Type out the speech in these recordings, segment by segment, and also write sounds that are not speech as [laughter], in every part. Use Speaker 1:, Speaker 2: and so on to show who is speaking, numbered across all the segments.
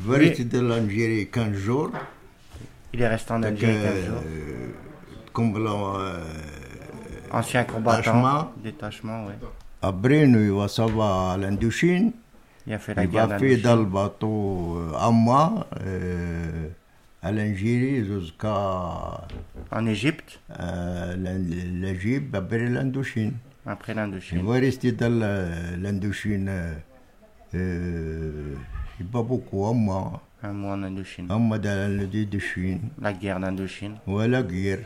Speaker 1: va rester de l'Algérie 15 jours.
Speaker 2: Il est resté en
Speaker 1: Donc,
Speaker 2: Algérie 15 jours.
Speaker 1: euh, combattant, euh,
Speaker 2: Ancien combattant.
Speaker 1: détachement.
Speaker 2: Détachement, ouais.
Speaker 1: après, nous, il va s'en va à l'Indochine.
Speaker 2: Il a fait la
Speaker 1: Il
Speaker 2: guerre
Speaker 1: va faire
Speaker 2: d'Indochine.
Speaker 1: dans le bateau euh, un mois euh, à l'Algérie jusqu'à
Speaker 2: En Égypte,
Speaker 1: euh, l'In- l'Égypte, après l'Indochine.
Speaker 2: après
Speaker 1: Il
Speaker 2: l'Indochine.
Speaker 1: va rester dans la- l'Indochine, euh, euh, je sais pas beaucoup, un mois.
Speaker 2: Un mois en Indochine.
Speaker 1: Un mois dans l'Indochine.
Speaker 2: La guerre d'Indochine.
Speaker 1: Ouais, la guerre.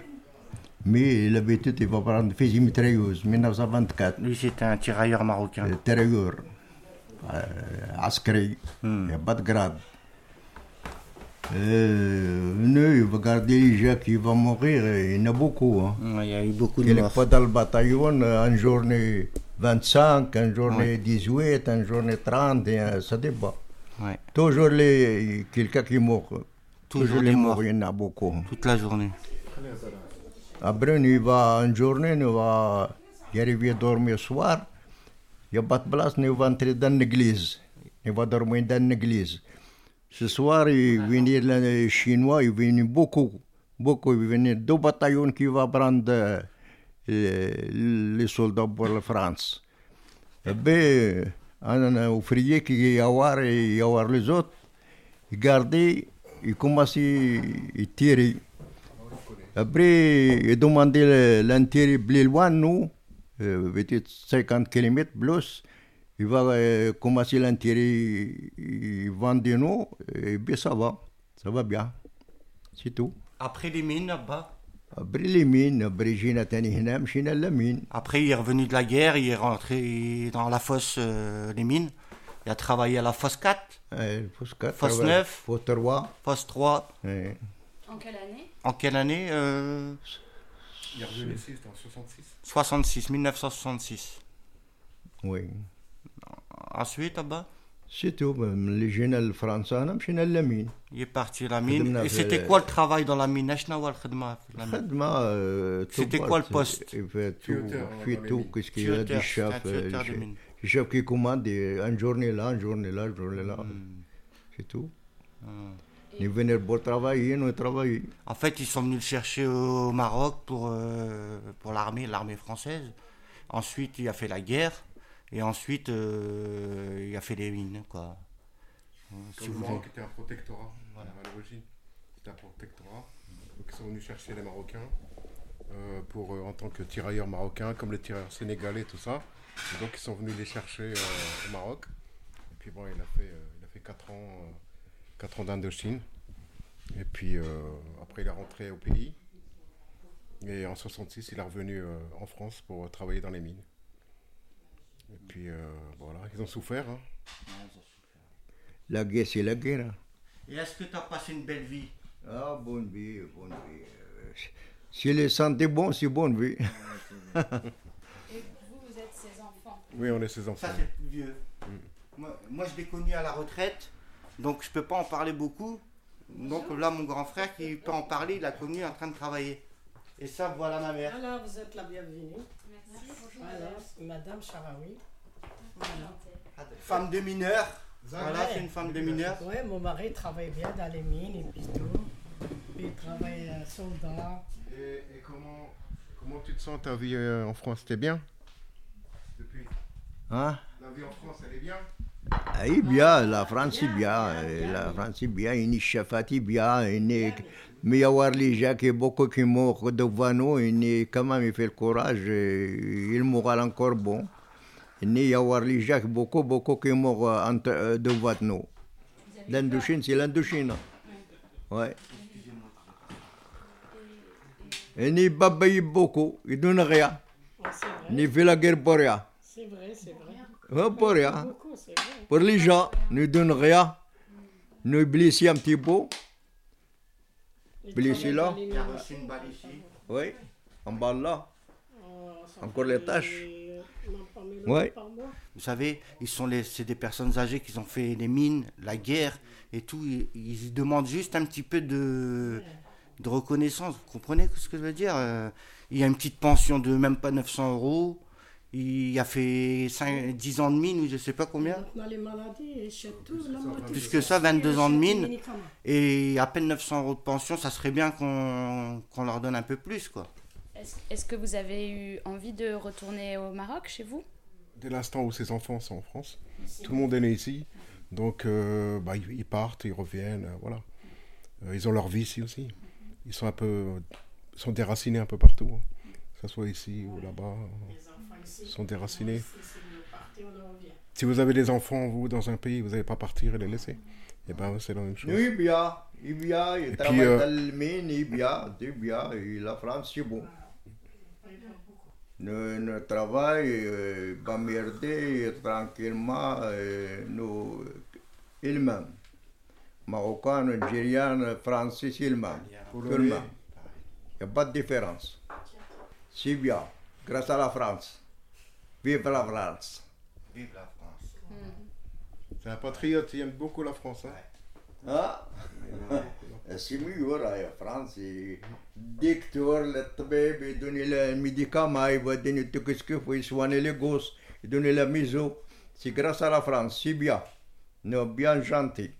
Speaker 1: Mais l'habitude, il va prendre fusil mitrailleuse, 1924.
Speaker 2: Lui, c'était un tirailleur marocain.
Speaker 1: euh, Tirailleur. Euh, Askari. Il n'y a pas de grade. Euh, nous, il va garder les gens qui vont mourir, et il y en a beaucoup. hein.
Speaker 2: Ouais, Il y a eu beaucoup de
Speaker 1: Il
Speaker 2: morts.
Speaker 1: n'est pas dans le bataillon, euh, en journée 25, en journée 18, en journée 30, et, euh, ça dépend.
Speaker 2: Ouais.
Speaker 1: Toujours les, quelqu'un qui meurt.
Speaker 2: Toujours
Speaker 1: les
Speaker 2: des morts.
Speaker 1: il y en a beaucoup.
Speaker 2: Toute la journée.
Speaker 1: Après, nous, il va en journée, nous va y arriver à dormir le soir. Il n'y a pas de place, nous va entrer dans l'église. Il va dormir dans l'église. Ce soir, il venir les Chinois, il venir beaucoup, beaucoup. Il venir deux bataillons qui vont prendre euh, euh, les soldats pour la France. Eh bien, un ouvrier qui y avoir et y avoir les autres, il gardait, il commençait à tirer. Après, il demandait l'intérêt plus loin, nous, euh, peut-être 50 km plus. Il va euh, commencer l'intérêt, il vend de nous, et bien ça va, ça va bien. C'est tout.
Speaker 2: Après les mines, là-bas.
Speaker 1: après les mines, après جينا تاني هنا مشينا للمين
Speaker 2: Après, il est revenu de la guerre, il est rentré dans la fosse euh, des mines. Il a travaillé à la fosse 4,
Speaker 1: آه، فوس كات
Speaker 2: فوس نوف.
Speaker 1: فوس تروا
Speaker 2: fosse 3.
Speaker 1: آه.
Speaker 3: En quelle année
Speaker 2: En quelle année euh,
Speaker 4: Il est revenu ici, c'était en 66.
Speaker 2: 66, 1966.
Speaker 1: وي
Speaker 2: Ensuite, là-bas,
Speaker 1: سي تو ملي جينا لفرنسا هنا مشينا للمين
Speaker 2: il est parti à la mine.
Speaker 1: Khademna
Speaker 2: Et
Speaker 1: fi-
Speaker 2: c'était quoi le travail dans la mine Ashnawa al-Khidma fi la mine
Speaker 1: خدمة آه،
Speaker 2: Ah, C'était
Speaker 1: توبات.
Speaker 2: quoi le poste
Speaker 1: Il fait tout,
Speaker 4: Tuyauteur,
Speaker 1: fait
Speaker 4: dans les
Speaker 1: tout,
Speaker 4: mines.
Speaker 1: qu'est-ce qu'il y a
Speaker 2: Tuyauteur,
Speaker 1: des
Speaker 2: c'est un
Speaker 1: chefs, euh,
Speaker 2: tuyauteur
Speaker 1: les
Speaker 2: de
Speaker 1: chefs-
Speaker 2: mine.
Speaker 1: les chefs qui commandent et une journée là, une journée là, une journée là,
Speaker 2: Hmm.
Speaker 1: c'est tout. Hmm. Ils venaient pour travailler, nous travailler.
Speaker 2: En fait, ils sont venus le chercher au Maroc pour, euh, pour l'armée, l'armée française. Ensuite, il a fait la guerre. Et ensuite, euh, il a fait les mines, quoi. Si
Speaker 4: Comme
Speaker 2: vous
Speaker 4: le
Speaker 2: voulez.
Speaker 4: Maroc était un protectorat à l'origine. C'était un protectorat. Donc ils sont venus chercher les Marocains euh, pour, euh, en tant que tirailleurs marocains, comme les tirailleurs sénégalais, tout ça. Et donc ils sont venus les chercher euh, au Maroc. Et puis bon, il a fait, euh, il a fait 4 ans, euh, quatre ans d'Indochine. Et puis euh, après, il est rentré au pays. Et en 66, il est revenu euh, en France pour euh, travailler dans les mines. Et puis euh, voilà, ils ont souffert. hein.
Speaker 1: La guerre, c'est la guerre. hein.
Speaker 2: Et est-ce que tu as passé une belle vie
Speaker 1: Ah, bonne vie, bonne vie. Euh, Si les santé bon, c'est bonne vie.
Speaker 3: Et vous, vous êtes ses enfants.
Speaker 4: Oui, on est ses enfants.
Speaker 2: Ça, c'est le plus vieux. Moi, moi, je l'ai connu à la retraite, donc je peux pas en parler beaucoup. Donc là, mon grand frère qui peut en parler, il l'a connu en train de travailler. Et ça, voilà ma mère.
Speaker 5: Alors, vous êtes la bienvenue.
Speaker 3: Merci. Bonjour.
Speaker 5: Voilà, Madame Charaoui. Voilà.
Speaker 2: Femme de mineur. Voilà, c'est une femme de mineur.
Speaker 5: Oui, mon mari travaille bien dans les mines et puis tout. Il travaille euh, soldat.
Speaker 4: Et, et comment, comment tu te sens ta vie euh, en France T'es bien Depuis
Speaker 1: Hein?
Speaker 4: la vie en France, elle est bien
Speaker 1: Ah, il est bien, la France est bien, euh, la France est bien, une chafate est bien, une... mais il y a voir les gens qui beaucoup qui meurent devant nous, une... quand même il fait le courage, euh, il moral encore bon. Il y a voir les gens qui beaucoup, beaucoup qui meurent euh, entre- euh, devant nous.
Speaker 3: Vous avez
Speaker 1: L'Indochine, c'est l'Indochine. Ouais. Et ni babaye beaucoup, il donne rien,
Speaker 5: Ouais, c'est vrai,
Speaker 1: ni fait la guerre pour rien.
Speaker 5: c'est vrai, c'est vrai.
Speaker 1: Hein, Pour rien.
Speaker 5: Beaucoup, c'est vrai.
Speaker 1: Pour les gens, ne donne rien, ne blessez un petit peu,
Speaker 5: Il
Speaker 1: blessez là,
Speaker 5: travaille dans les
Speaker 2: Il a
Speaker 5: mines.
Speaker 2: reçu une balle ici.
Speaker 1: oui, en bas là.
Speaker 5: Euh, ça
Speaker 1: Encore
Speaker 5: fait,
Speaker 1: les tâches.
Speaker 5: euh, non, pas mille euros
Speaker 1: Ouais.
Speaker 5: par mois.
Speaker 2: Vous savez, ils sont les, c'est des personnes âgées qui ont fait les mines, la guerre et tout. Ils, ils demandent juste un petit peu de, de reconnaissance. Vous comprenez ce que je veux dire Euh, Il y a une petite pension de même pas 900 euros. Il a fait 5, 10 ans de mine ou je sais pas combien.
Speaker 5: Maintenant, les maladies, ils achètent tout, la moitié.
Speaker 2: Plus que ça, 22 ans de mine. Et à peine 900 euros de pension, ça serait bien qu'on qu'on leur donne un peu plus, quoi.
Speaker 6: Est-ce est-ce que vous avez eu envie de retourner au Maroc chez vous
Speaker 4: Dès l'instant où ses enfants sont en France, tout le monde est né ici. Donc, euh, bah, ils ils partent, ils reviennent, euh, voilà. Euh, ils ont leur vie ici aussi. Ils sont un peu, ils sont déracinés un peu partout, hein. que ce soit ici ou là-bas. hein.
Speaker 5: Les enfants ici.
Speaker 4: Ils sont déracinés.
Speaker 5: C'est mieux partir, on revient.
Speaker 4: Si vous avez des enfants, vous, dans un pays, vous n'allez pas partir et les laisser. Et ben, c'est la même chose.
Speaker 1: Oui, bien. Il vient, il
Speaker 4: puis,
Speaker 1: travaille
Speaker 4: euh,
Speaker 1: dans le mine, il vient, il vient, et la France, c'est bon. Nous, nous travaillons, pas merder, et tranquillement, euh, nous, il-même. Marocain, Algérien, Français, il-même. Tout le même. Il n'y a pas de différence. C'est bien, grâce à la France. Vive la France.
Speaker 2: Vive la France.
Speaker 4: C'est un patriote, il aime beaucoup la France. hein.
Speaker 1: ها سيمي ورا يا فرنسي ديكتور للطبيب يدوني له ميديكاما يوديني تكس كيف ويسواني لي قوس يدوني له ميزو سي غراس لا فرانس سي بيان نو بيان جانتي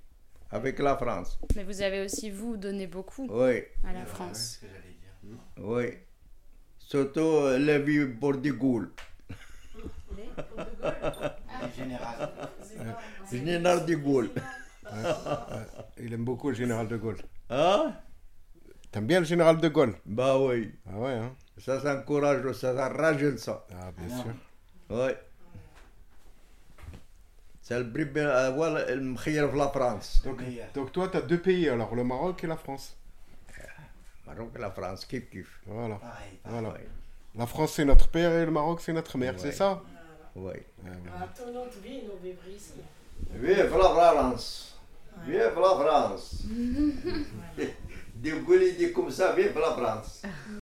Speaker 1: افيك لا فرانس
Speaker 6: Mais vous avez aussi, vous, donné beaucoup
Speaker 1: وي
Speaker 6: à la France.
Speaker 1: وي سوتو لافي بورديغول
Speaker 2: Les générales.
Speaker 1: جنينار ديغول
Speaker 4: Il aime beaucoup le général de Gaulle.
Speaker 1: ها
Speaker 4: T'aimes bien le général de Gaulle
Speaker 1: با وي
Speaker 4: Ah ouais, hein
Speaker 1: سا سان كوراج سا سان راجل سا
Speaker 4: Ah, bien sûr.
Speaker 1: وي سا البريب هو المخير في لا فرانس
Speaker 4: Donc,
Speaker 2: meilleur.
Speaker 4: donc toi, t'as deux pays alors, le Maroc et la France.
Speaker 1: Maroc et la France, kif kif.
Speaker 4: Voilà.
Speaker 2: Pareil.
Speaker 4: voilà.
Speaker 1: Ouais.
Speaker 4: La France, c'est notre père et le Maroc, c'est notre mère, c'est
Speaker 1: Ouais.
Speaker 4: ça
Speaker 1: Oui.
Speaker 4: Ah, ouais.
Speaker 5: À ton autre vie, nous vivrons ici.
Speaker 1: Vive la France [laughs] Vive la France Des Gaules, il dit comme ça, vive la France